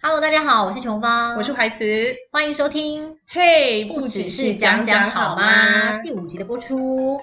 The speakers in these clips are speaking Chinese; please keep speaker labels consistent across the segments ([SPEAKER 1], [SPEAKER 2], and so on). [SPEAKER 1] Hello，大家好，我是琼芳，
[SPEAKER 2] 我是怀慈，
[SPEAKER 1] 欢迎收听，
[SPEAKER 2] 嘿、
[SPEAKER 1] 不只是讲讲好吗？第五集的播出。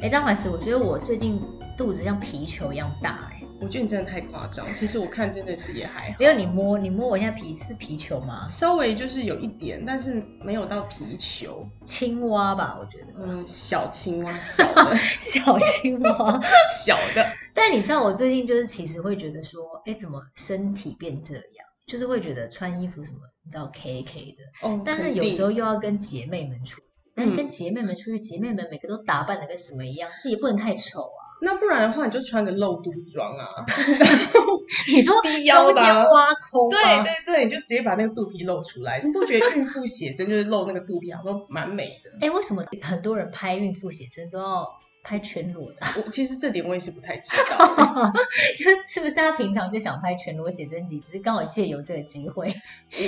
[SPEAKER 1] 哎，张怀慈，我觉得我最近肚子像皮球一样大哎、
[SPEAKER 2] 我觉得你真的太夸张，其实我看真的是也还好，
[SPEAKER 1] 没有你摸，你摸我现在皮是皮球吗？
[SPEAKER 2] 稍微就是有一点，但是没有到皮球，
[SPEAKER 1] 青蛙吧，我觉得。
[SPEAKER 2] 嗯，小青蛙，小 的，
[SPEAKER 1] 小青蛙，
[SPEAKER 2] 小的，
[SPEAKER 1] 但你知道，我最近就是其实会觉得说，哎，怎么身体变这样？就是会觉得穿衣服什么，你知道 K K 的，
[SPEAKER 2] 哦，
[SPEAKER 1] 但是
[SPEAKER 2] 肯
[SPEAKER 1] 有
[SPEAKER 2] 定
[SPEAKER 1] 时候又要跟姐妹们出去，但是
[SPEAKER 2] 嗯
[SPEAKER 1] 跟姐妹们出去，姐妹们每个都打扮的跟什么一样，自己不能太丑 啊。
[SPEAKER 2] 那不然的话，你就穿个露肚装啊，
[SPEAKER 1] 你说
[SPEAKER 2] 低
[SPEAKER 1] 中
[SPEAKER 2] 腰
[SPEAKER 1] 间
[SPEAKER 2] 的啊
[SPEAKER 1] 挖空
[SPEAKER 2] 对
[SPEAKER 1] 吗？
[SPEAKER 2] 对对，你就直接把那个肚皮露出来，你不觉得孕妇写真就是露那个肚皮，好像蛮美的？
[SPEAKER 1] 哎，为什么很多人拍孕妇写真都要拍全裸的 啊？
[SPEAKER 2] 我其实这点我也是不太知 道，
[SPEAKER 1] 是不是他平常就想拍全裸写真集，只是刚好借由这个机会，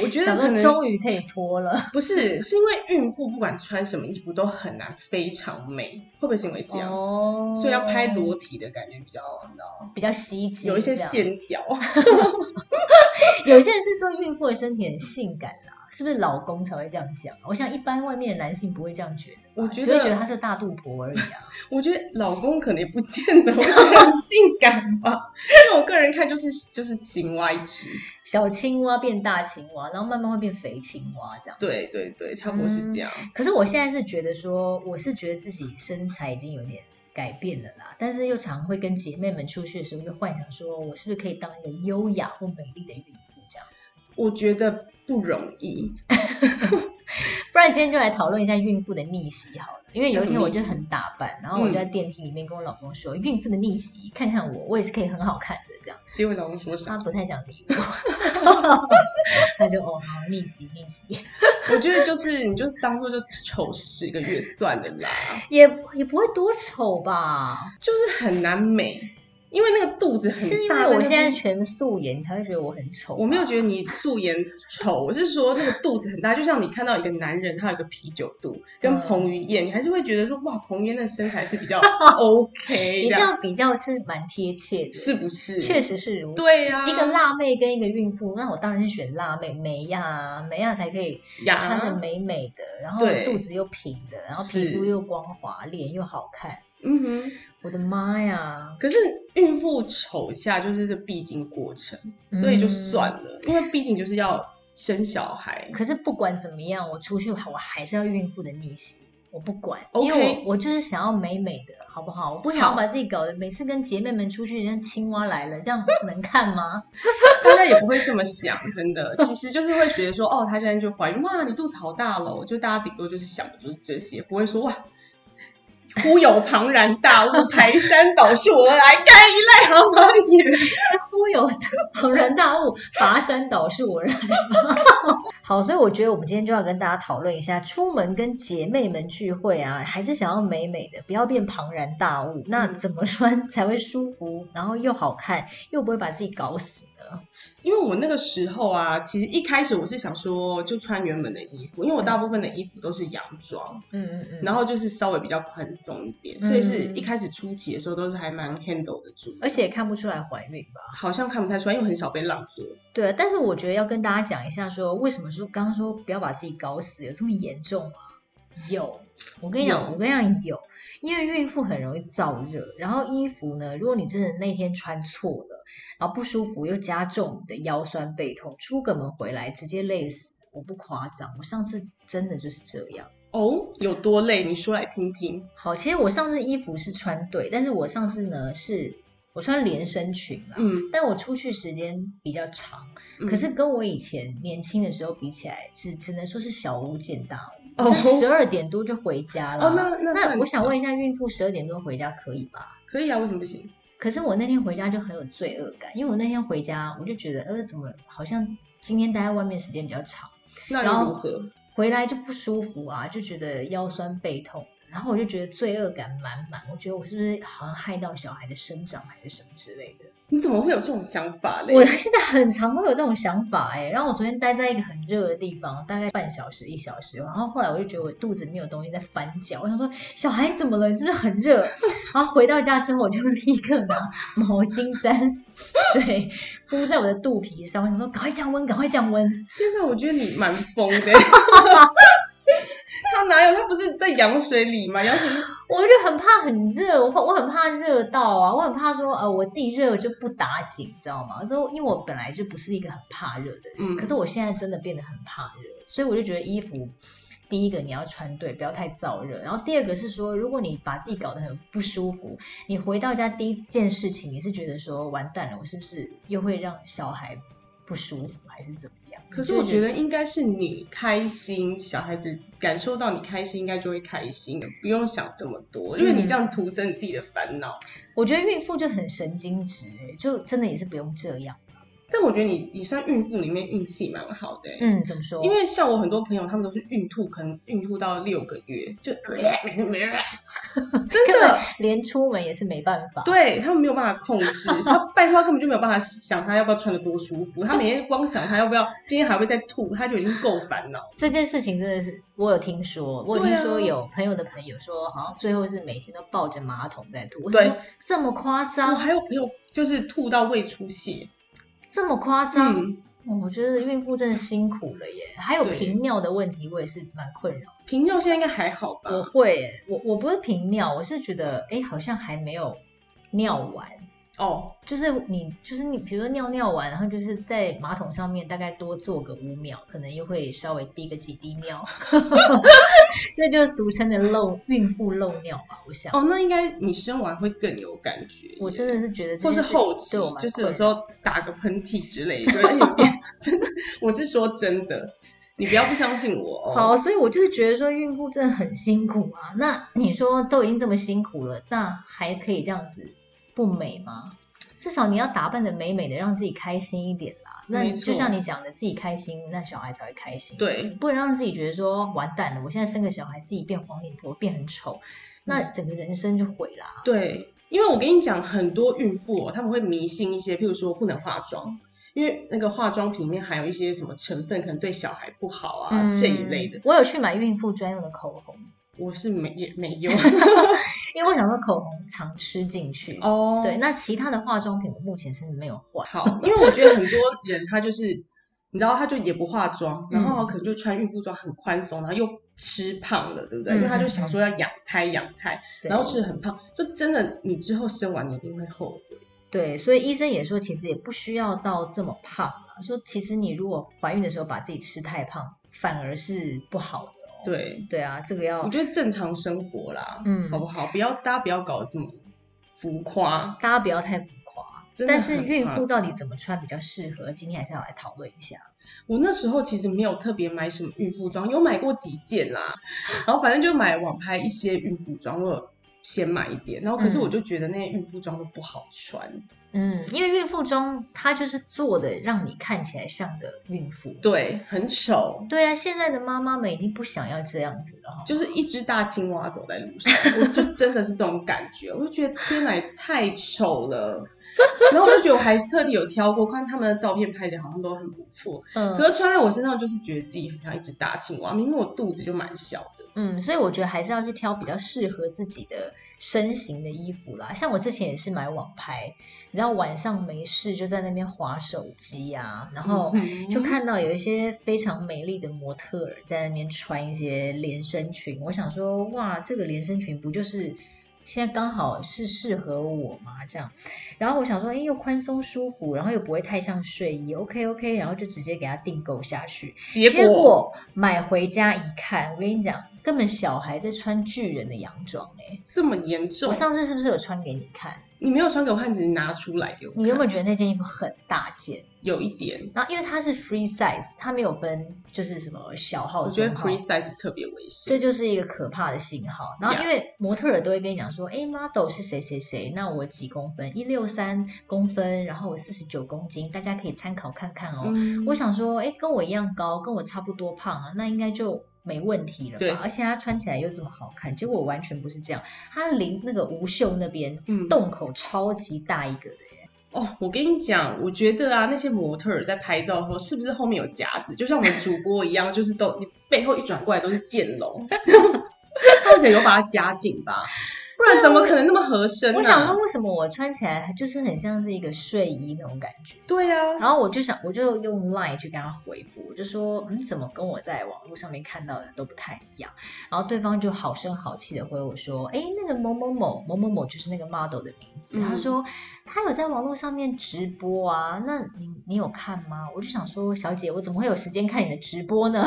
[SPEAKER 2] 我觉得
[SPEAKER 1] 想
[SPEAKER 2] 可
[SPEAKER 1] 说
[SPEAKER 2] 能
[SPEAKER 1] 终于可以脱了？
[SPEAKER 2] 不是，是因为孕妇不管穿什么衣服都很难非常美，会不会是因为这样？
[SPEAKER 1] 哦
[SPEAKER 2] 所以要拍裸体的感觉比较，你知道，
[SPEAKER 1] 比较吸睛，
[SPEAKER 2] 有一些
[SPEAKER 1] 这样
[SPEAKER 2] 线条。
[SPEAKER 1] 有些人是说孕妇的身体很性感啦，是不是老公才会这样讲啊？我想一般外面的男性不会这样觉得吧，
[SPEAKER 2] 我觉
[SPEAKER 1] 只会
[SPEAKER 2] 得
[SPEAKER 1] 觉得她是大肚婆而已啊。
[SPEAKER 2] 我觉得老公可能也不见得会很性感吧，因为我个人看就是就是青蛙一只，
[SPEAKER 1] 小青蛙变大青蛙，然后慢慢会变肥青蛙这样。
[SPEAKER 2] 对对对，差不多是这样。
[SPEAKER 1] 可是我现在是觉得说，我是觉得自己身材已经有点改变了啦，但是又常会跟姐妹们出去的时候，就幻想说我是不是可以当一个优雅或美丽的孕妇这样。
[SPEAKER 2] 我觉得不容易，
[SPEAKER 1] 不然今天就来讨论一下孕妇的逆袭好了。因为有一天我就
[SPEAKER 2] 那怎么逆袭
[SPEAKER 1] 很打
[SPEAKER 2] 嗯
[SPEAKER 1] 扮，然后我就在电梯里面跟我老公说：“孕妇的逆袭，看看我，我也是可以很好看的。”这样，
[SPEAKER 2] 结果老公说
[SPEAKER 1] 他
[SPEAKER 2] 啥？
[SPEAKER 1] 不太想理 我，他就哦好逆袭逆袭，
[SPEAKER 2] 我觉得就是你就当做就丑十个月算了啦，
[SPEAKER 1] 也也不会多丑吧？
[SPEAKER 2] 就是很难美，因为那个肚子很大。
[SPEAKER 1] 是因为我现在
[SPEAKER 2] 但是
[SPEAKER 1] 全素颜，你才会觉得我很丑吧？
[SPEAKER 2] 我没有觉得你素颜丑，我是说那个肚子很大，就像你看到一个男人他有一个啤酒肚，跟
[SPEAKER 1] 嗯
[SPEAKER 2] 彭于晏，你还是会觉得说哇，彭于晏的身材是比 较 OK
[SPEAKER 1] 你
[SPEAKER 2] 的
[SPEAKER 1] 这，样比较是蛮贴切的，
[SPEAKER 2] 是不是？
[SPEAKER 1] 确，实是如此。
[SPEAKER 2] 对啊呀
[SPEAKER 1] 一个辣妹跟一个孕妇，那我当然是选辣妹，美呀，美呀才可以穿的
[SPEAKER 2] 呀，
[SPEAKER 1] 美美的，然后
[SPEAKER 2] 啊对
[SPEAKER 1] 肚子又平的，然后皮肤又光滑，脸又好看。
[SPEAKER 2] 嗯哼。
[SPEAKER 1] 我的妈呀！
[SPEAKER 2] 可是孕妇丑一下就是这必经过程，所
[SPEAKER 1] 嗯
[SPEAKER 2] 以就算了，因为毕竟就是要生小孩。
[SPEAKER 1] 可是不管怎么样，我出去我还是要孕妇的逆袭，我不管
[SPEAKER 2] OK
[SPEAKER 1] 因为我我就是想要美美的，好不好？我不想要
[SPEAKER 2] 好
[SPEAKER 1] 把自己搞得每次跟姐妹们出去像青蛙来了，这样能看吗？
[SPEAKER 2] 大家也不会这么想，真的，其实就是会觉得说，哦，她现在就怀孕，哇，你肚子好大了，就大家顶多就是想的就是这些，不会说哇，忽有庞然大物排山倒树而来，盖一癞蛤蟆也。
[SPEAKER 1] 忽有庞然大物，拔山倒是我来吗 好，所以我觉得我们今天就要跟大家讨论一下，出门跟姐妹们聚会啊，还是想要美美的，不要变庞然大物。那
[SPEAKER 2] 嗯
[SPEAKER 1] 怎么穿才会舒服，然后又好看，又不会把自己搞死呢？
[SPEAKER 2] 因为我那个时候啊，其实一开始我是想说就穿原本的衣服，因为我大部分的衣服都是洋装，
[SPEAKER 1] 嗯嗯嗯。
[SPEAKER 2] 然后就是稍微比较宽松一点，所以是一开始初期的时候都是还蛮 handle 得住，
[SPEAKER 1] 而且也看不出来怀孕吧？
[SPEAKER 2] 好像看不太出来，因为我很少被让座。
[SPEAKER 1] 对，但是我觉得要跟大家讲一下说，为什么说刚刚说不要把自己搞死，有这么严重吗？有，我跟你讲，
[SPEAKER 2] 有
[SPEAKER 1] 我跟你讲有，因为孕妇很容易燥热，然后衣服呢，如果你真的那天穿错了，然后不舒服又加重你的腰酸背痛，出个门回来直接累死，我不夸张，我上次真的就是这样。
[SPEAKER 2] 哦，有多累？你说来听听。
[SPEAKER 1] 好，其实我上次衣服是穿对，但是我上次呢是我穿连身裙啦，
[SPEAKER 2] 嗯，
[SPEAKER 1] 但我出去时间比较长。
[SPEAKER 2] 嗯
[SPEAKER 1] 可是跟我以前年轻的时候比起来，只只能说是小巫见大巫。
[SPEAKER 2] 哦
[SPEAKER 1] 十二点多就回家了。
[SPEAKER 2] 哦那那算
[SPEAKER 1] 我想问一下，孕妇十二点多回家可以吧？
[SPEAKER 2] 可以啊，为什么不行？
[SPEAKER 1] 可是我那天回家就很有罪恶感，因为我那天回家我就觉得，呃，怎么好像今天待在外面时间比较长，
[SPEAKER 2] 那
[SPEAKER 1] 然后
[SPEAKER 2] 又如何？
[SPEAKER 1] 回来就不舒服啊，就觉得腰酸背痛。然后我就觉得罪恶感满满，我觉得我是不是好像害到小孩的生长还是什么之类的。
[SPEAKER 2] 你怎么会有这种想法嘞？
[SPEAKER 1] 我现在很常会有这种想法哎、然后我昨天待在一个很热的地方，大概半小时一小时，然后后来我就觉得我肚子里面有东西在翻搅，我想说小孩你怎么了？你是不是很热？然后回到家之后，我就立刻拿毛巾沾水敷在我的肚皮上，我想说赶快降温，赶快降温。
[SPEAKER 2] 天哪，我觉得你蛮疯 的。他哪有？他不是在羊水里吗？羊水
[SPEAKER 1] 我就很怕很热，我怕我很怕热到啊，我很怕说呃我自己热就不打紧，你知道吗？所以因为我本来就不是一个很怕热的人。
[SPEAKER 2] 嗯，
[SPEAKER 1] 可是我现在真的变得很怕热，所以我就觉得衣服，第一个你要穿对，不要太燥热。然后第二个是说，如果你把自己搞得很不舒服，你回到家第一件事情你是觉得说完蛋了，我是不是又会让小孩不舒服，还是怎么样？
[SPEAKER 2] 可是我觉
[SPEAKER 1] 得
[SPEAKER 2] 得应该是你开心，小孩子感受到你开心，应该就会开心了，不用想这么多，因为你这样徒增你自己的烦恼。
[SPEAKER 1] 我觉得孕妇就很神经质、欸，就真的也是不用这样。
[SPEAKER 2] 但我觉得你你算孕妇里面运气蛮好的欸、
[SPEAKER 1] 嗯，怎么说？
[SPEAKER 2] 因为像我很多朋友，他们都是孕吐，可能孕吐到六个月，就 真
[SPEAKER 1] 根本
[SPEAKER 2] 的，
[SPEAKER 1] 连出门也是没办法。
[SPEAKER 2] 对他们没有办法 控制，他拜托他根本就没有办法想他要不要穿的多舒服，他每天光想他要不要今天还会再吐，他就已经够烦 恼。
[SPEAKER 1] 这件事情真的是，我有听说，我有
[SPEAKER 2] 对啊
[SPEAKER 1] 听说有朋友的朋友说，好像最后是每天都抱着马桶在吐。我
[SPEAKER 2] 对
[SPEAKER 1] 想说，这么夸
[SPEAKER 2] 我
[SPEAKER 1] 张，
[SPEAKER 2] 还有朋友就是吐到胃出血，
[SPEAKER 1] 这么夸张、
[SPEAKER 2] 嗯，
[SPEAKER 1] 哦我觉得孕妇真的辛苦了耶。还有
[SPEAKER 2] 对
[SPEAKER 1] 频尿的问题，我也是蛮困扰。
[SPEAKER 2] 频尿现在应该还好吧？
[SPEAKER 1] 我会耶，我我不是频尿，我是觉得，哎，好像还没有尿完。
[SPEAKER 2] 哦，
[SPEAKER 1] 就是你，就是你，比如说尿尿完，然后就是在马桶上面大概多坐个五秒，可能又会稍微滴个几滴尿， 这就是俗称的漏孕妇漏尿吧，我想。
[SPEAKER 2] 哦，那应该你生完会更有感觉。
[SPEAKER 1] 我真的是觉得这
[SPEAKER 2] 或
[SPEAKER 1] 件
[SPEAKER 2] 是
[SPEAKER 1] 事情
[SPEAKER 2] 后期
[SPEAKER 1] 对我，蛮
[SPEAKER 2] 就是有
[SPEAKER 1] 困
[SPEAKER 2] 时
[SPEAKER 1] 扰
[SPEAKER 2] 候打个喷嚏之类的，就会有点 真的，我是说真的，你不要不相信我哦。
[SPEAKER 1] 好，所以我就是觉得说孕妇真的很辛苦啊。那你说都已经这么辛苦了，那还可以这样子不美吗？至少你要打扮的美美的，让自己开心一点啦。那
[SPEAKER 2] 没
[SPEAKER 1] 就
[SPEAKER 2] 错
[SPEAKER 1] 像你讲的，自己开心，那小孩才会开心。
[SPEAKER 2] 对，
[SPEAKER 1] 不能让自己觉得说完蛋了，我现在生个小孩自己变黄脸婆，变很丑，
[SPEAKER 2] 嗯
[SPEAKER 1] 那整个人生就毁啦。
[SPEAKER 2] 对，因为我跟你讲，很多孕妇哦，他们会迷信一些，譬如说不能化妆，因为那个化妆品里面含有一些什么成分，可能对小孩不好啊、这一类的。
[SPEAKER 1] 嗯。我有去买孕妇专用的口红，
[SPEAKER 2] 我是没也没 有
[SPEAKER 1] 因为我想说口红常吃进去。
[SPEAKER 2] 哦
[SPEAKER 1] 对，那其他的化妆品我目前是没有换。
[SPEAKER 2] 好，因为我觉得很多人他就是，你知道，他就也不化妆，然
[SPEAKER 1] 嗯
[SPEAKER 2] 后可能就穿孕妇装很宽松，然后又吃胖了，对不对？
[SPEAKER 1] 嗯
[SPEAKER 2] 因为他就想说要养胎养胎，
[SPEAKER 1] 对
[SPEAKER 2] 然后吃得很胖，就真的你之后生完你一定会后悔。
[SPEAKER 1] 对，所以医生也说，其实也不需要到这么胖啊。说其实你如果怀孕的时候把自己吃太胖，反而是不好的哦。
[SPEAKER 2] 对，
[SPEAKER 1] 对啊，这个
[SPEAKER 2] 我
[SPEAKER 1] 要
[SPEAKER 2] 觉得正常生活啦，
[SPEAKER 1] 嗯
[SPEAKER 2] 好不好？不要大家不要搞得这么浮夸，
[SPEAKER 1] 大家不要太浮夸。
[SPEAKER 2] 真的
[SPEAKER 1] 但
[SPEAKER 2] 很
[SPEAKER 1] 是孕
[SPEAKER 2] 夸
[SPEAKER 1] 妇到底怎么穿比较适合？今天还是要来讨论一下。
[SPEAKER 2] 我那时候其实没有特别买什么孕妇装，有买过几 件啦，然后反正就买网拍一些孕妇装，我有先买一点，然后可是
[SPEAKER 1] 嗯
[SPEAKER 2] 我就觉得那些孕妇装都不好穿，
[SPEAKER 1] 嗯，因为孕妇装它就是做的让你看起来像个孕妇。
[SPEAKER 2] 对，很丑，
[SPEAKER 1] 对啊，现在的妈妈们已经不想要这样子了哈。
[SPEAKER 2] 就是一只大青蛙走在 路上，我就真的是这种感觉，我就觉得天哪，也太丑了。然后我就觉得我还特地有挑过，看他们的照片拍起来好像都很不错，
[SPEAKER 1] 嗯
[SPEAKER 2] 可是穿在我身上就是觉得自己很像一只大青蛙，明明我肚子就蛮小的，
[SPEAKER 1] 嗯，所以我觉得还是要去挑比较适合自己的身形的衣服啦。像我之前也是买网拍，你知道晚上没事就在那边划手机啊，然后
[SPEAKER 2] 嗯
[SPEAKER 1] 就看到有一些非常美丽的模特儿在那边穿一些连身裙，我想说，哇，这个连身裙不就是现在刚好是适合我嘛？这样，然后我想说，哎，又宽松舒服，然后又不会太像睡衣，OK OK，然后就直接给它订购下去。
[SPEAKER 2] 结
[SPEAKER 1] 结
[SPEAKER 2] 果
[SPEAKER 1] 果买回家一看，我跟你讲，根本小孩在穿巨人的洋装哎、
[SPEAKER 2] 这么严重
[SPEAKER 1] 我，上次是不是有穿给你看？
[SPEAKER 2] 你没有穿给我看，你拿出来给我看。
[SPEAKER 1] 你原本觉得那件衣服很大件。
[SPEAKER 2] 有一点，
[SPEAKER 1] 然后因为它是 free size，它没有分就是什么小号、
[SPEAKER 2] 我觉得
[SPEAKER 1] 中号啊
[SPEAKER 2] free size 特别危
[SPEAKER 1] 这
[SPEAKER 2] 险。
[SPEAKER 1] 就是一个可怕的信号。然后
[SPEAKER 2] Yeah
[SPEAKER 1] 因为模特儿都会跟你讲说，哎，model 是谁谁谁，那我几公分，一六三公分，然后我四十九公斤，大家可以参考看看哦。
[SPEAKER 2] 嗯
[SPEAKER 1] 我想说，哎，跟我一样高，跟我差不多胖啊，那应该就没问题了
[SPEAKER 2] 对
[SPEAKER 1] 吧？而且它穿起来又这么好看，结果完全不是这样。它离那个无袖那边、
[SPEAKER 2] 嗯
[SPEAKER 1] 洞口超级大一个的，
[SPEAKER 2] 哦，我跟你讲，我觉得啊，那些模特儿在拍照的时候，是不是后面有夹子，就像我们主播一样，就是都你背后一转过来都是 剑龙，他们可能有把它夹紧吧，不然怎么可能那么合身
[SPEAKER 1] 啊
[SPEAKER 2] 啊呢、
[SPEAKER 1] 我想问为什么我穿起来就是很像是一个睡衣那种感觉。
[SPEAKER 2] 对啊，
[SPEAKER 1] 然后我就想，我就用 Line 去跟他回复，我就说，嗯，怎么跟我在网络上面看到的都不太一样？然后对方就好声好气的回我说，哎，那个某某某某某某就是那个 model 的名字，
[SPEAKER 2] 嗯
[SPEAKER 1] 他说他有在网络上面直播啊，那你你有看吗？我就想说，小姐，我怎么会有时间看你的直播呢？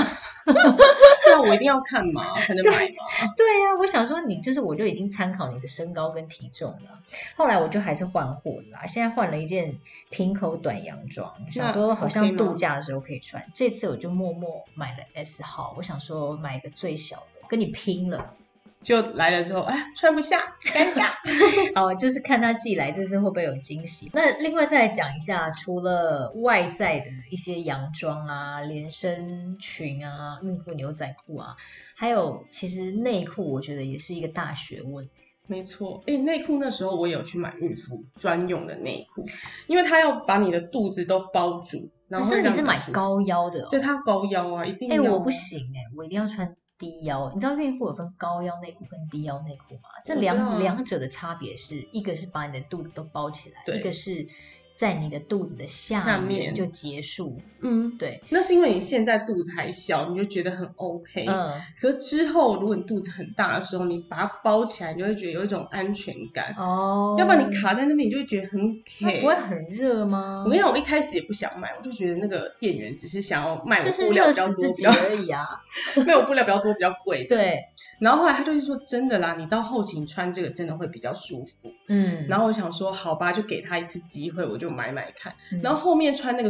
[SPEAKER 2] 那我一定要看 嘛，才能买嘛。
[SPEAKER 1] 对啊呀、我想说你就是我就已经参考你的身高跟体重了，后来我就还是换货了啦，现在换了一件平口短洋装，想说好
[SPEAKER 2] OK
[SPEAKER 1] 像
[SPEAKER 2] 吗
[SPEAKER 1] 度假的时候可以穿。这次我就默默买了 S 号，我想说买个最小的，跟你拼了。
[SPEAKER 2] 就来了之后，哎，穿不下，尴尬。
[SPEAKER 1] 哦，就是看他寄来这次会不会有惊喜。那另外再来讲一下，除了外在的一些洋装啊、连身裙啊、孕妇牛仔裤啊，还有其实内裤，我觉得也是一个大学问。
[SPEAKER 2] 没错，哎、内裤那时候我有去买孕妇专用的内裤，因为它要把你的肚子都包住，然
[SPEAKER 1] 可
[SPEAKER 2] 后
[SPEAKER 1] 是
[SPEAKER 2] 会
[SPEAKER 1] 你
[SPEAKER 2] 让
[SPEAKER 1] 是买
[SPEAKER 2] 舒服
[SPEAKER 1] 高腰的、哦，
[SPEAKER 2] 对，它高腰啊，一定
[SPEAKER 1] 哎、
[SPEAKER 2] 要。
[SPEAKER 1] 我不行哎、我一定要穿低腰。你知道孕妇有分高腰内裤跟低腰内裤吗？这
[SPEAKER 2] 我知道啊
[SPEAKER 1] 两两者的差别是一个是把你的肚子都包起来，
[SPEAKER 2] 对
[SPEAKER 1] 一个是在你的肚子的
[SPEAKER 2] 下
[SPEAKER 1] 下
[SPEAKER 2] 面
[SPEAKER 1] 就结束。
[SPEAKER 2] 嗯，
[SPEAKER 1] 对，
[SPEAKER 2] 那是因为你现在肚子还小，你就觉得很 OK。
[SPEAKER 1] 嗯，
[SPEAKER 2] 可是之后，如果你肚子很大的时候，你把它包起来，你就会觉得有一种安全感。
[SPEAKER 1] 哦，
[SPEAKER 2] 要不然你卡在那边，你就会觉得很
[SPEAKER 1] 那
[SPEAKER 2] K。
[SPEAKER 1] 不会很热吗？
[SPEAKER 2] 我跟你讲，我一开始也不想买，我就觉得那个店员只是想要卖我
[SPEAKER 1] 就是
[SPEAKER 2] 布料
[SPEAKER 1] 热
[SPEAKER 2] 比较
[SPEAKER 1] 死
[SPEAKER 2] 多，
[SPEAKER 1] 自
[SPEAKER 2] 比
[SPEAKER 1] 己
[SPEAKER 2] 较
[SPEAKER 1] 而已 啊。
[SPEAKER 2] 卖我布料比较多，比较贵。
[SPEAKER 1] 对，
[SPEAKER 2] 然后后来他就是说，真的啦，你到后勤穿这个真的会比较舒服。
[SPEAKER 1] 嗯，
[SPEAKER 2] 然
[SPEAKER 1] 后、
[SPEAKER 2] 后我想说，好吧，就给他一次机会，我就买买看。
[SPEAKER 1] 嗯
[SPEAKER 2] 然后后面穿那个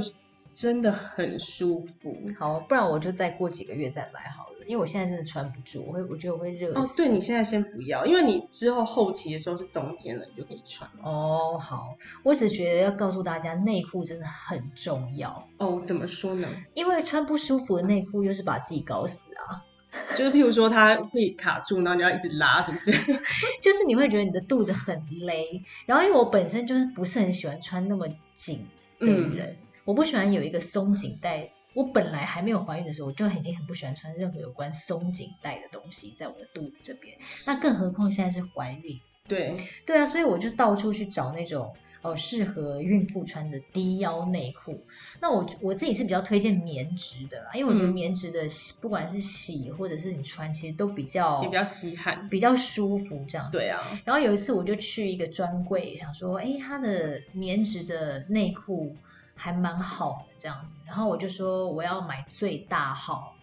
[SPEAKER 2] 真的很舒服。
[SPEAKER 1] 好，不然我就再过几个月再买好了，因为我现在真的穿不住，我会我觉得我会热
[SPEAKER 2] 哦，
[SPEAKER 1] 死。
[SPEAKER 2] 对，你现在先不要，因为你之后后期的时候是冬天了，你就可以穿了。
[SPEAKER 1] 哦，好，我只觉得要告诉大家，内裤真的很重要，
[SPEAKER 2] 哦，怎么说呢？
[SPEAKER 1] 因为穿不舒服的内裤又是把自己搞死啊，
[SPEAKER 2] 就是譬如说它会卡住，然后你要一直拉，是不是？
[SPEAKER 1] 就是你会觉得你的肚子很勒。然后因为我本身就是不是很喜欢穿那么紧的人，我不喜欢有一个松紧带。我本来还没有怀孕的时候，我就已经很不喜欢穿任何有关松紧带的东西在我的肚子这边，那更何况现在是怀孕。
[SPEAKER 2] 对，
[SPEAKER 1] 对啊，所以我就到处去找那种呃适合孕妇穿的低腰内裤。那我我自己是比较推荐棉质的啦，因为我觉得
[SPEAKER 2] 嗯
[SPEAKER 1] 棉质的洗、不管是洗或者是你穿，其实都比较
[SPEAKER 2] 也比较稀罕。
[SPEAKER 1] 比较舒服这样子。
[SPEAKER 2] 对啊，
[SPEAKER 1] 然后有一次我就去一个专柜，想说，哎，它的棉质的内裤还蛮好的这样子，然后我就说我要买最大号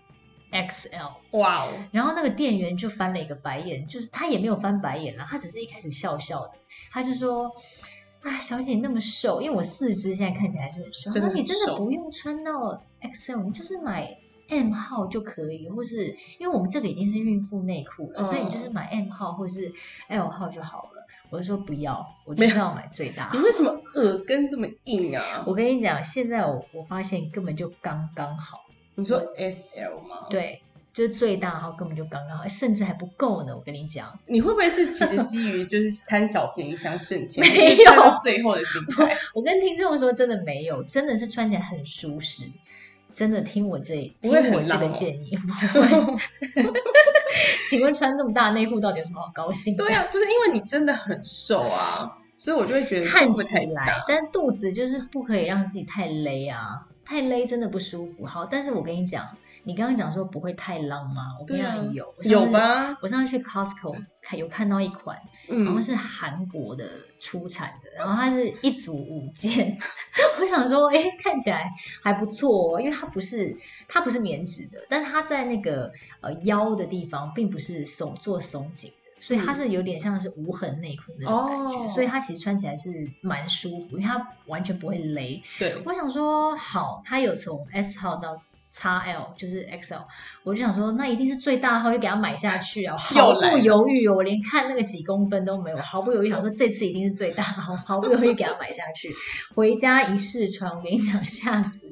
[SPEAKER 1] XL。
[SPEAKER 2] 哇哦，
[SPEAKER 1] 然后那个店员就翻了一个白眼，就是他也没有翻白眼啦，他只是一开始笑笑的，他就说：“啊，小姐你那么瘦，因为我四肢现在看起来是很瘦，
[SPEAKER 2] 真的
[SPEAKER 1] 他说你
[SPEAKER 2] 很
[SPEAKER 1] 真的
[SPEAKER 2] 瘦
[SPEAKER 1] 不用穿到 XL，你就是买 M 号就可以，或是因为我们这个已经是孕妇内裤了，
[SPEAKER 2] 嗯
[SPEAKER 1] 所以你就是买 M 号或是 L 号就好了。”我就说不要，我就是要买最大
[SPEAKER 2] 你。为什么耳根这么硬啊？
[SPEAKER 1] 我跟你讲，现在我我发现根本就刚刚好。
[SPEAKER 2] 你说 S L 吗？，
[SPEAKER 1] 对，就是最大号根本就刚刚好，甚至还不够呢。我跟你讲，
[SPEAKER 2] 你会不会是其实基于就是贪小便宜想省 钱，
[SPEAKER 1] 没有
[SPEAKER 2] 你站到最后的心态？
[SPEAKER 1] 我跟听众说，真的没有，真的是穿起来很舒适。真的听我这
[SPEAKER 2] 不
[SPEAKER 1] 听
[SPEAKER 2] 会
[SPEAKER 1] 我
[SPEAKER 2] 很
[SPEAKER 1] 这
[SPEAKER 2] 浪
[SPEAKER 1] 个
[SPEAKER 2] 哦
[SPEAKER 1] 建议， 不会 请问穿那么大的内裤到底有什么好高兴的？
[SPEAKER 2] 对啊，不是因为你真的很瘦啊，所以我就会觉得
[SPEAKER 1] 看
[SPEAKER 2] 肚子
[SPEAKER 1] 起
[SPEAKER 2] 太
[SPEAKER 1] 来
[SPEAKER 2] 大，，
[SPEAKER 1] 但肚子就是不可以让自己太勒啊，太勒真的不舒服。好，但是我跟你讲，你刚刚讲说不会太浪吗？我跟你
[SPEAKER 2] 对啊
[SPEAKER 1] 讲有，我上
[SPEAKER 2] 有
[SPEAKER 1] 次？
[SPEAKER 2] 吧？
[SPEAKER 1] 我上次去 Costco 看有看到一款，然后
[SPEAKER 2] 嗯，
[SPEAKER 1] 是韩国的出产的，然后它是一组五件， 我想说，哎、看起来还不错哦，因为它不是它不是棉质的，但它在那个呃腰的地方并不是手做松紧的，所以它是有点像是无痕内裤那种感觉，
[SPEAKER 2] 嗯哦
[SPEAKER 1] 所以它其实穿起来是蛮舒服，因为它完全不会勒。
[SPEAKER 2] 对，
[SPEAKER 1] 我想说，好，它有从 S 号到。XL 就是 XL，我就想说，那一定是最大号，就给它买下去啊！
[SPEAKER 2] 又
[SPEAKER 1] 毫
[SPEAKER 2] 来
[SPEAKER 1] 不
[SPEAKER 2] 了
[SPEAKER 1] 犹豫哦，我连看那个几公分都没有，毫不犹豫想说这次一定是最大号，毫不犹豫给它买下去。回家一试穿，我跟你讲，吓死！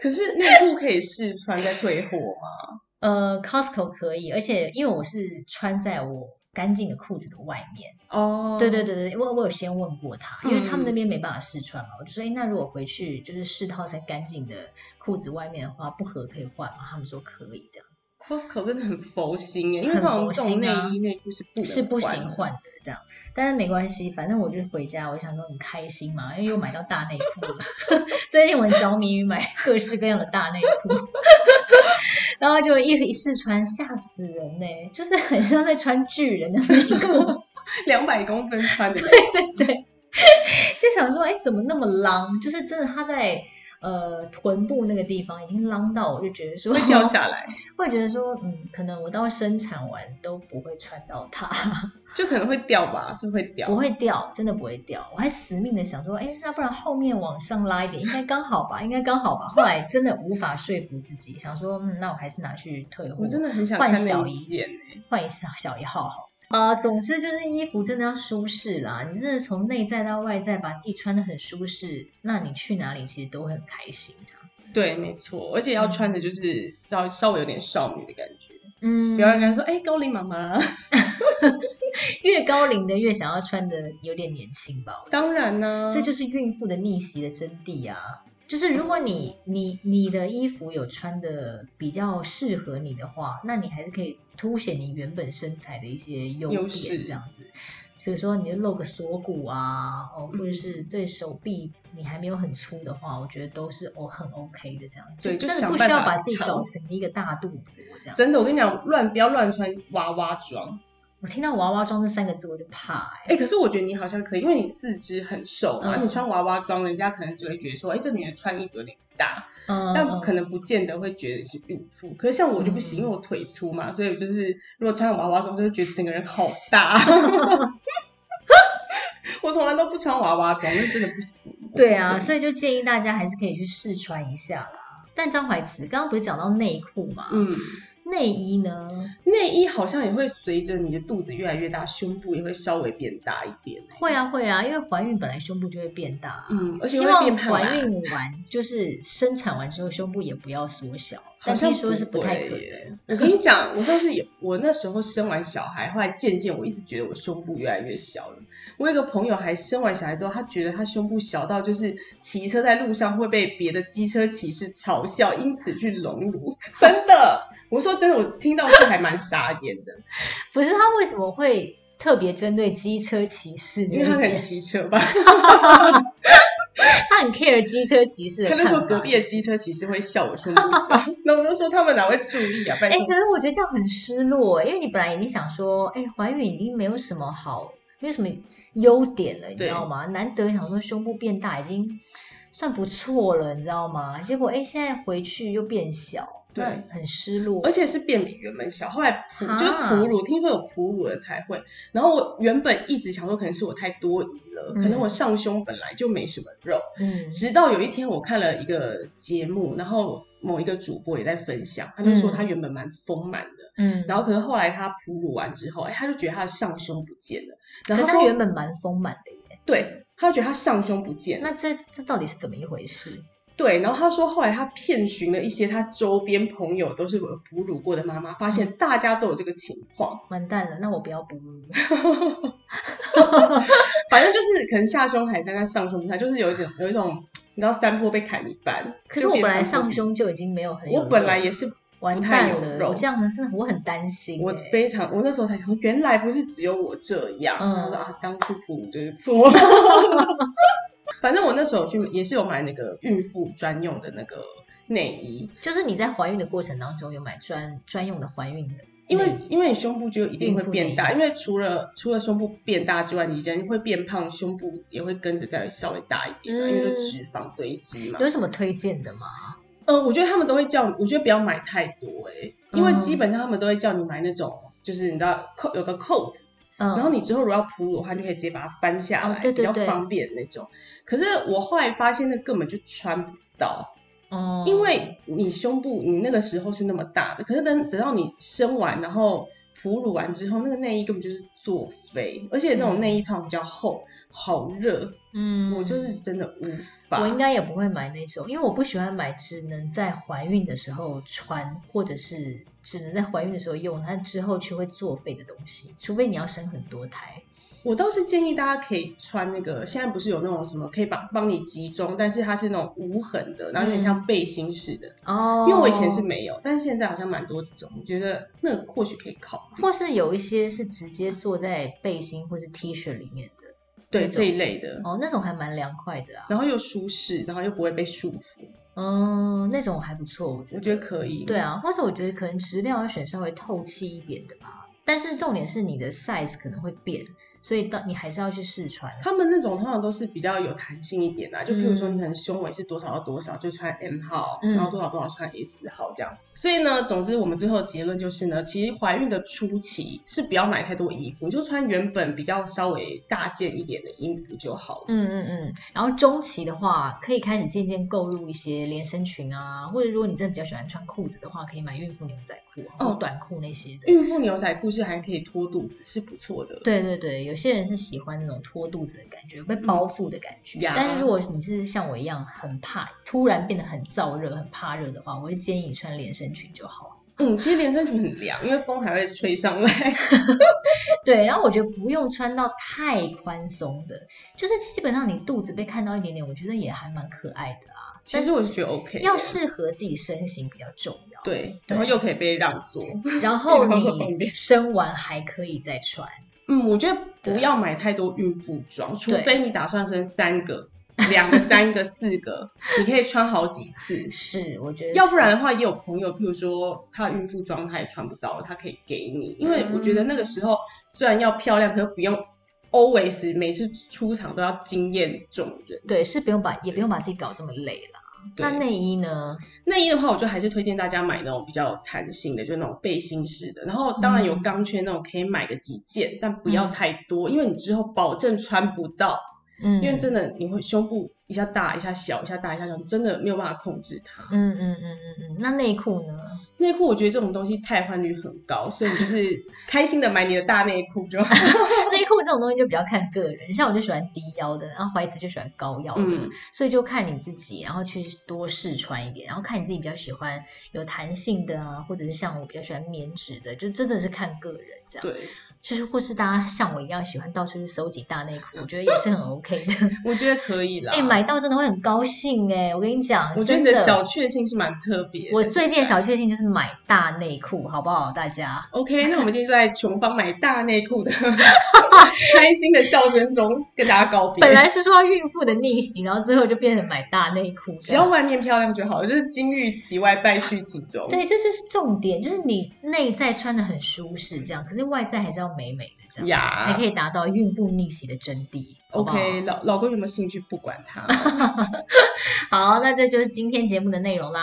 [SPEAKER 2] 可是内裤可以试穿再退货吗？
[SPEAKER 1] 呃，Costco 可以，而且因为我是穿在我干净的裤子的外面。
[SPEAKER 2] 哦，
[SPEAKER 1] 对对，对对，我我有先问过他，因为他们
[SPEAKER 2] 嗯
[SPEAKER 1] 那边没办法试穿嘛，我就说，哎，那如果回去就是试套在干净的裤子外面的话，不合可以换吗？他们说可以，这样
[SPEAKER 2] Costco 真的很佛心耶，因为
[SPEAKER 1] 很
[SPEAKER 2] 这种
[SPEAKER 1] 佛
[SPEAKER 2] 这种
[SPEAKER 1] 心
[SPEAKER 2] 内
[SPEAKER 1] 啊
[SPEAKER 2] 衣内裤是不能
[SPEAKER 1] 是不行
[SPEAKER 2] 的。
[SPEAKER 1] 换的这样。但是没关系，反正我就回家，我就想说很开心嘛，因为又买到大内裤了。 最近我很着迷于买各式各样的大内裤， 然后就一一试穿，吓死人呢、就是很像在穿巨人的内裤。
[SPEAKER 2] 两百公分穿的那种，
[SPEAKER 1] 对 对对，就想说，哎，怎么那么浪？就是真的，他在呃臀部那个地方已经浪到，我就觉得说
[SPEAKER 2] 会掉，下来，
[SPEAKER 1] 会觉得说，嗯，可能我到生产完都不会穿到它，
[SPEAKER 2] 就可能会掉吧，是不是会掉
[SPEAKER 1] 不？会掉，真的不会掉。我还死命的想说，哎，那不然后面往上拉一点，应该刚好吧，应该刚好吧。后来真的无法说服自己，想说，嗯，那我还是拿去退货
[SPEAKER 2] 我，真的很想
[SPEAKER 1] 换
[SPEAKER 2] 看
[SPEAKER 1] 小
[SPEAKER 2] 那
[SPEAKER 1] 衣
[SPEAKER 2] 一件耶，
[SPEAKER 1] 换一下小一号好。啊、总之就是衣服真的要舒适啦，你真的从内在到外在，把自己穿的很舒适，那你去哪里其实都会很开心这样子。
[SPEAKER 2] 对，没错，而且要穿的就是稍稍微有点少女的感觉，
[SPEAKER 1] 嗯，
[SPEAKER 2] 不要让人家说哎、高龄妈妈。
[SPEAKER 1] 越高龄的越想要穿的有点年轻吧，我觉得
[SPEAKER 2] 当然呢、
[SPEAKER 1] 这就是孕妇的逆袭的真谛啊。就是如果你你你的衣服有穿的比较适合你的话，那你还是可以凸显你原本身材的一些优
[SPEAKER 2] 优
[SPEAKER 1] 点，
[SPEAKER 2] 势
[SPEAKER 1] 这样子。比如说你就露个锁骨啊，哦，或者
[SPEAKER 2] 嗯
[SPEAKER 1] 是对手臂你还没有很粗的话，我觉得都是哦很 OK 的这样子。
[SPEAKER 2] 对就
[SPEAKER 1] 真的
[SPEAKER 2] 想
[SPEAKER 1] 不需要
[SPEAKER 2] 办法
[SPEAKER 1] 把自己
[SPEAKER 2] 藏
[SPEAKER 1] 搞成一个大肚婆这样。
[SPEAKER 2] 真的，我跟你讲，乱不要乱穿娃娃装。
[SPEAKER 1] 我听到娃娃装这三个字我就怕哎、
[SPEAKER 2] 哎、可是我觉得你好像可以，因为你四肢很瘦嘛，
[SPEAKER 1] 嗯
[SPEAKER 2] 你穿娃娃装，人家可能只会觉得说，哎、这女人穿衣服有点大，
[SPEAKER 1] 嗯，
[SPEAKER 2] 但
[SPEAKER 1] 嗯
[SPEAKER 2] 可能不见得会觉得是孕妇。可是像我就不
[SPEAKER 1] 嗯
[SPEAKER 2] 行，因为我腿粗嘛，所以我就是如果穿娃娃装，就会觉得整个人好大。 我从来都不穿娃娃装，那真的不行。
[SPEAKER 1] 对啊，
[SPEAKER 2] 对
[SPEAKER 1] 所以就建议大家还是可以去试穿一下啦。但张怀慈刚刚不是讲到内裤嘛？，
[SPEAKER 2] 嗯，
[SPEAKER 1] 内衣呢？
[SPEAKER 2] 内衣好像也会随着你的肚子越来越大，胸部也会稍微变大一点。
[SPEAKER 1] 会啊会啊，因为怀孕本来胸部就会变大啊、
[SPEAKER 2] 嗯，而且
[SPEAKER 1] 希
[SPEAKER 2] 会
[SPEAKER 1] 望
[SPEAKER 2] 变胖啊。
[SPEAKER 1] 怀孕完就是生产完之后胸部也不要缩小，
[SPEAKER 2] 好
[SPEAKER 1] 但
[SPEAKER 2] 像
[SPEAKER 1] 听说是不太可
[SPEAKER 2] 不
[SPEAKER 1] 能
[SPEAKER 2] 会。我跟你讲，我上次也，我那时候生完小孩，后来渐渐我一直觉得我胸部越来越小了。我有一个朋友还生完小孩之后，他觉得他胸部小到就是骑车在路上会被别的机车骑士嘲笑，因此去隆乳。 真的，我说真的，我听到是还蛮傻眼的，
[SPEAKER 1] 不是他为什么会特别针对机车骑士这
[SPEAKER 2] 因
[SPEAKER 1] 一
[SPEAKER 2] 为他可
[SPEAKER 1] 点？
[SPEAKER 2] 能骑车吧。
[SPEAKER 1] 他很 care 机车骑士的
[SPEAKER 2] 他
[SPEAKER 1] 看
[SPEAKER 2] 那时
[SPEAKER 1] 法。
[SPEAKER 2] 候隔壁的机车骑士会笑我胸部 小，那我就说他们哪会注意啊？拜
[SPEAKER 1] 哎、
[SPEAKER 2] 托
[SPEAKER 1] 可，是我觉得这样很失落，因为你本来已经想说，哎、怀孕已经没有什么好，没有什么优点了，你知
[SPEAKER 2] 对
[SPEAKER 1] 道吗？难得想说胸部变大已经算不错了，你知道吗？结果哎、现在回去又变小，
[SPEAKER 2] 对
[SPEAKER 1] 那很失落。
[SPEAKER 2] 而且是变比原本小，后来哺
[SPEAKER 1] 啊
[SPEAKER 2] 就是哺乳，听说有哺乳的才会。然后我原本一直想说，可能是我太多疑了，
[SPEAKER 1] 嗯
[SPEAKER 2] 可能我上胸本来就没什么肉。
[SPEAKER 1] 嗯
[SPEAKER 2] 直到有一天，我看了一个节目，然后某一个主播也在分享，他就说
[SPEAKER 1] 嗯
[SPEAKER 2] 他原本蛮丰满的，
[SPEAKER 1] 嗯，
[SPEAKER 2] 然后可是后来他哺乳完之后，哎，他就觉得他的上胸不见了，
[SPEAKER 1] 可
[SPEAKER 2] 然
[SPEAKER 1] 是
[SPEAKER 2] 后
[SPEAKER 1] 他原本蛮丰满的耶，
[SPEAKER 2] 对，他就觉得他上胸不见了。
[SPEAKER 1] 那这这到底是怎么一回事？
[SPEAKER 2] 对，然后他说后来他遍寻了一些他周边朋友都是有哺乳过的妈妈，发现大家都有这个情况。
[SPEAKER 1] 完蛋了，那我不要哺乳。
[SPEAKER 2] 反正就是可能下胸还在，那上胸不太，就是有一种有一种，你知道三坡被砍一半。
[SPEAKER 1] 可是
[SPEAKER 2] 就
[SPEAKER 1] 我
[SPEAKER 2] 变
[SPEAKER 1] 本来
[SPEAKER 2] 三坡
[SPEAKER 1] 上
[SPEAKER 2] 比，
[SPEAKER 1] 胸就已经没有很有
[SPEAKER 2] 我本来
[SPEAKER 1] 肉
[SPEAKER 2] 也是，
[SPEAKER 1] 完
[SPEAKER 2] 不太
[SPEAKER 1] 蛋
[SPEAKER 2] 有
[SPEAKER 1] 了，
[SPEAKER 2] 肉
[SPEAKER 1] 我这样子真的我很担心耶。
[SPEAKER 2] 我非常，我那时候才想说，原来不是只有我这样。
[SPEAKER 1] 嗯
[SPEAKER 2] 然后说啊，当初哺乳就是错。 反正我那时候去也是有买那个孕妇专用的那个内衣，
[SPEAKER 1] 就是你在怀孕的过程当中有买专专用的怀孕的内衣，
[SPEAKER 2] 因为因为你胸部就一定会变大，
[SPEAKER 1] 孕
[SPEAKER 2] 因为除了除了胸部变大之外，你人会变胖，胸部也会跟着再稍微大一点嘛，
[SPEAKER 1] 嗯
[SPEAKER 2] 因为就脂肪堆积嘛。
[SPEAKER 1] 有什么推荐的吗？
[SPEAKER 2] 呃，我觉得他们都会叫，我觉得不要买太多哎、
[SPEAKER 1] 嗯
[SPEAKER 2] 因为基本上他们都会叫你买那种，就是你知道扣有个扣子，
[SPEAKER 1] 嗯，
[SPEAKER 2] 然后你之后如果要哺乳的话，你就可以直接把它翻下来，
[SPEAKER 1] 哦对对
[SPEAKER 2] 比
[SPEAKER 1] 对
[SPEAKER 2] 较方便那种。可是我后来发现那根本就穿不到，
[SPEAKER 1] 哦，
[SPEAKER 2] 因为你胸部你那个时候是那么大的，可是等等到你生完然后哺乳完之后，那个内衣根本就是作废，而且那种内衣通常比较厚，好热，
[SPEAKER 1] 嗯，
[SPEAKER 2] 我就是真的无法。
[SPEAKER 1] 我应该也不会买那种，因为我不喜欢买只能在怀孕的时候穿，或者是只能在怀孕的时候用，它之后却会作废的东西，除非你要生很多胎。
[SPEAKER 2] 我倒是建议大家可以穿那个，现在不是有那种什么可以把帮你集中，但是它是那种无痕的，然后有点像背心似的。
[SPEAKER 1] 哦
[SPEAKER 2] 因为我以前是没有，但是现在好像蛮多这种，我觉得那个或许可以考虑。
[SPEAKER 1] 或是有一些是直接坐在背心或是 T 恤里面的，
[SPEAKER 2] 对
[SPEAKER 1] 那种
[SPEAKER 2] 这一类的，
[SPEAKER 1] 哦，那种还蛮凉快的啊。
[SPEAKER 2] 然后又舒适，然后又不会被束缚，
[SPEAKER 1] 嗯，那种还不错，我觉
[SPEAKER 2] 我
[SPEAKER 1] 得。
[SPEAKER 2] 觉得可以。
[SPEAKER 1] 对，啊，或者我觉得可能质量要选稍微透气一点的吧。但是重点是你的 size 可能会变，所以到你还是要去试穿。啊
[SPEAKER 2] 他们那种通常都是比较有弹性一点啊，就譬如说
[SPEAKER 1] 嗯
[SPEAKER 2] 你可能胸围是多少到多少就穿 M 号，
[SPEAKER 1] 嗯
[SPEAKER 2] 然后多少多少穿 S 号这样。所以呢，总之我们最后的结论就是呢，其实怀孕的初期是不要买太多衣服，你就穿原本比较稍微大件一点的衣服就好了。
[SPEAKER 1] 嗯嗯嗯，然后中期的话，可以开始渐渐购入一些连身裙啊，或者如果你真的比较喜欢穿裤子的话，可以买孕妇牛仔裤啊、或
[SPEAKER 2] 哦
[SPEAKER 1] 短裤那些的。
[SPEAKER 2] 孕妇牛仔裤是还可以托肚子，是不错的。
[SPEAKER 1] 对对对，有些人是喜欢那种拖肚子的感觉，被包覆的感觉。
[SPEAKER 2] 呀
[SPEAKER 1] 但是如果你是像我一样很怕，突然变得很燥热、很怕热的话，我会建议你穿连身裙就好了。
[SPEAKER 2] 嗯，其实连身裙很凉，因为风还会吹 上来。
[SPEAKER 1] 对，然后我觉得不用穿到太宽松的，就是基本上你肚子被看到一点点，我觉得也还蛮可爱的啊。
[SPEAKER 2] 其实我是觉得 OK，的
[SPEAKER 1] 要适合自己身形比较重要。
[SPEAKER 2] 对，
[SPEAKER 1] 对
[SPEAKER 2] 然后又可以被让座。
[SPEAKER 1] 然后
[SPEAKER 2] 这个叫做重
[SPEAKER 1] 你
[SPEAKER 2] 点
[SPEAKER 1] 生完还可以再穿，
[SPEAKER 2] 嗯，我觉得不
[SPEAKER 1] 对
[SPEAKER 2] 要买太多孕妇装，除
[SPEAKER 1] 对
[SPEAKER 2] 非你打算生三个、 两个、三个、四 个，你可以穿好几次。
[SPEAKER 1] 是我觉得是，
[SPEAKER 2] 要不然的话，也有朋友，譬如说他的孕妇装他也穿不到了，他可以给你，因
[SPEAKER 1] 嗯
[SPEAKER 2] 为我觉得那个时候虽然要漂亮，可是不用 always 每次出场都要惊艳众人。
[SPEAKER 1] 对是不用把也不用把自己搞这么累了。那
[SPEAKER 2] 对，
[SPEAKER 1] 内衣呢？
[SPEAKER 2] 内衣的话，我就还是推荐大家买那种比较有弹性的，就是那种背心式的。然后当然有
[SPEAKER 1] 嗯
[SPEAKER 2] 钢圈那种可以买个几件，但不要
[SPEAKER 1] 嗯
[SPEAKER 2] 太多，因为你之后保证穿不到。
[SPEAKER 1] 嗯，
[SPEAKER 2] 因为真的你会胸部一下大一下小，一下大一下小，你真的没有办法控制它。
[SPEAKER 1] 嗯嗯嗯嗯嗯，那内裤呢？
[SPEAKER 2] 内裤我觉得这种东西汰换率很高，所以你就是 开心的买你的大内裤就好。
[SPEAKER 1] 内裤这种东西就比较看个人，像我就喜欢低腰的，然后怀慈就喜欢高腰的，
[SPEAKER 2] 嗯，
[SPEAKER 1] 所以就看你自己，然后去多试穿一点，然后看你自己比较喜欢有弹性的啊，或者是像我比较喜欢棉质的，就真的是看个人这样。，
[SPEAKER 2] 对，
[SPEAKER 1] 就是或是大家像我一样喜欢到处去搜集大内 裤，我觉得也是很 OK 的。
[SPEAKER 2] 我觉得可以啦。
[SPEAKER 1] 哎、买到真的会很高兴哎、我跟你讲，
[SPEAKER 2] 我觉得
[SPEAKER 1] 真
[SPEAKER 2] 你的
[SPEAKER 1] 的
[SPEAKER 2] 小确幸是蛮特别的。
[SPEAKER 1] 我最近的小确幸就是买大内裤，好不好，大家？
[SPEAKER 2] OK，那我们今天就在琼芳买大内裤的 开心的笑声中跟大家告别。
[SPEAKER 1] 本来是说要孕妇的逆袭，然后最后就变成买大内裤
[SPEAKER 2] 只
[SPEAKER 1] 这
[SPEAKER 2] 要
[SPEAKER 1] 样。
[SPEAKER 2] 外面漂亮就好了，就是金玉其外，败絮其中。
[SPEAKER 1] 对，这是重点，就是你内在穿的很舒适，这样，可是外在还是要美美的，这样
[SPEAKER 2] 呀
[SPEAKER 1] 才可以达到孕妇逆袭的真谛，好不好
[SPEAKER 2] OK，老老公有没有兴趣？不管他。
[SPEAKER 1] 好，那这就是今天节目的内容啦。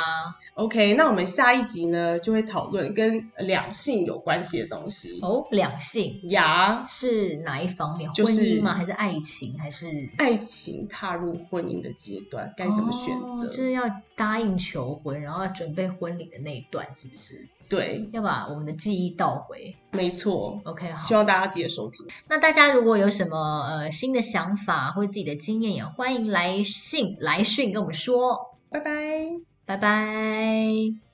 [SPEAKER 2] OK，那我们下一集呢就会讨论跟两性有关系的东西。
[SPEAKER 1] 哦，两性
[SPEAKER 2] 牙、
[SPEAKER 1] 是哪一方面？
[SPEAKER 2] 就是
[SPEAKER 1] 婚姻吗？还是爱情？还是
[SPEAKER 2] 爱情踏入婚姻的阶段该怎么选择？
[SPEAKER 1] 哦就是要答应求婚，然后要准备婚礼的那一段，是不是？
[SPEAKER 2] 对，
[SPEAKER 1] 要把我们的记忆倒回。
[SPEAKER 2] 没错。
[SPEAKER 1] OK，
[SPEAKER 2] 希
[SPEAKER 1] 好。
[SPEAKER 2] 望大家记得收听。
[SPEAKER 1] 那大家如果有什么呃新的想法或者自己的经验，也欢迎来信来讯跟我们说。
[SPEAKER 2] 拜拜。
[SPEAKER 1] 拜拜。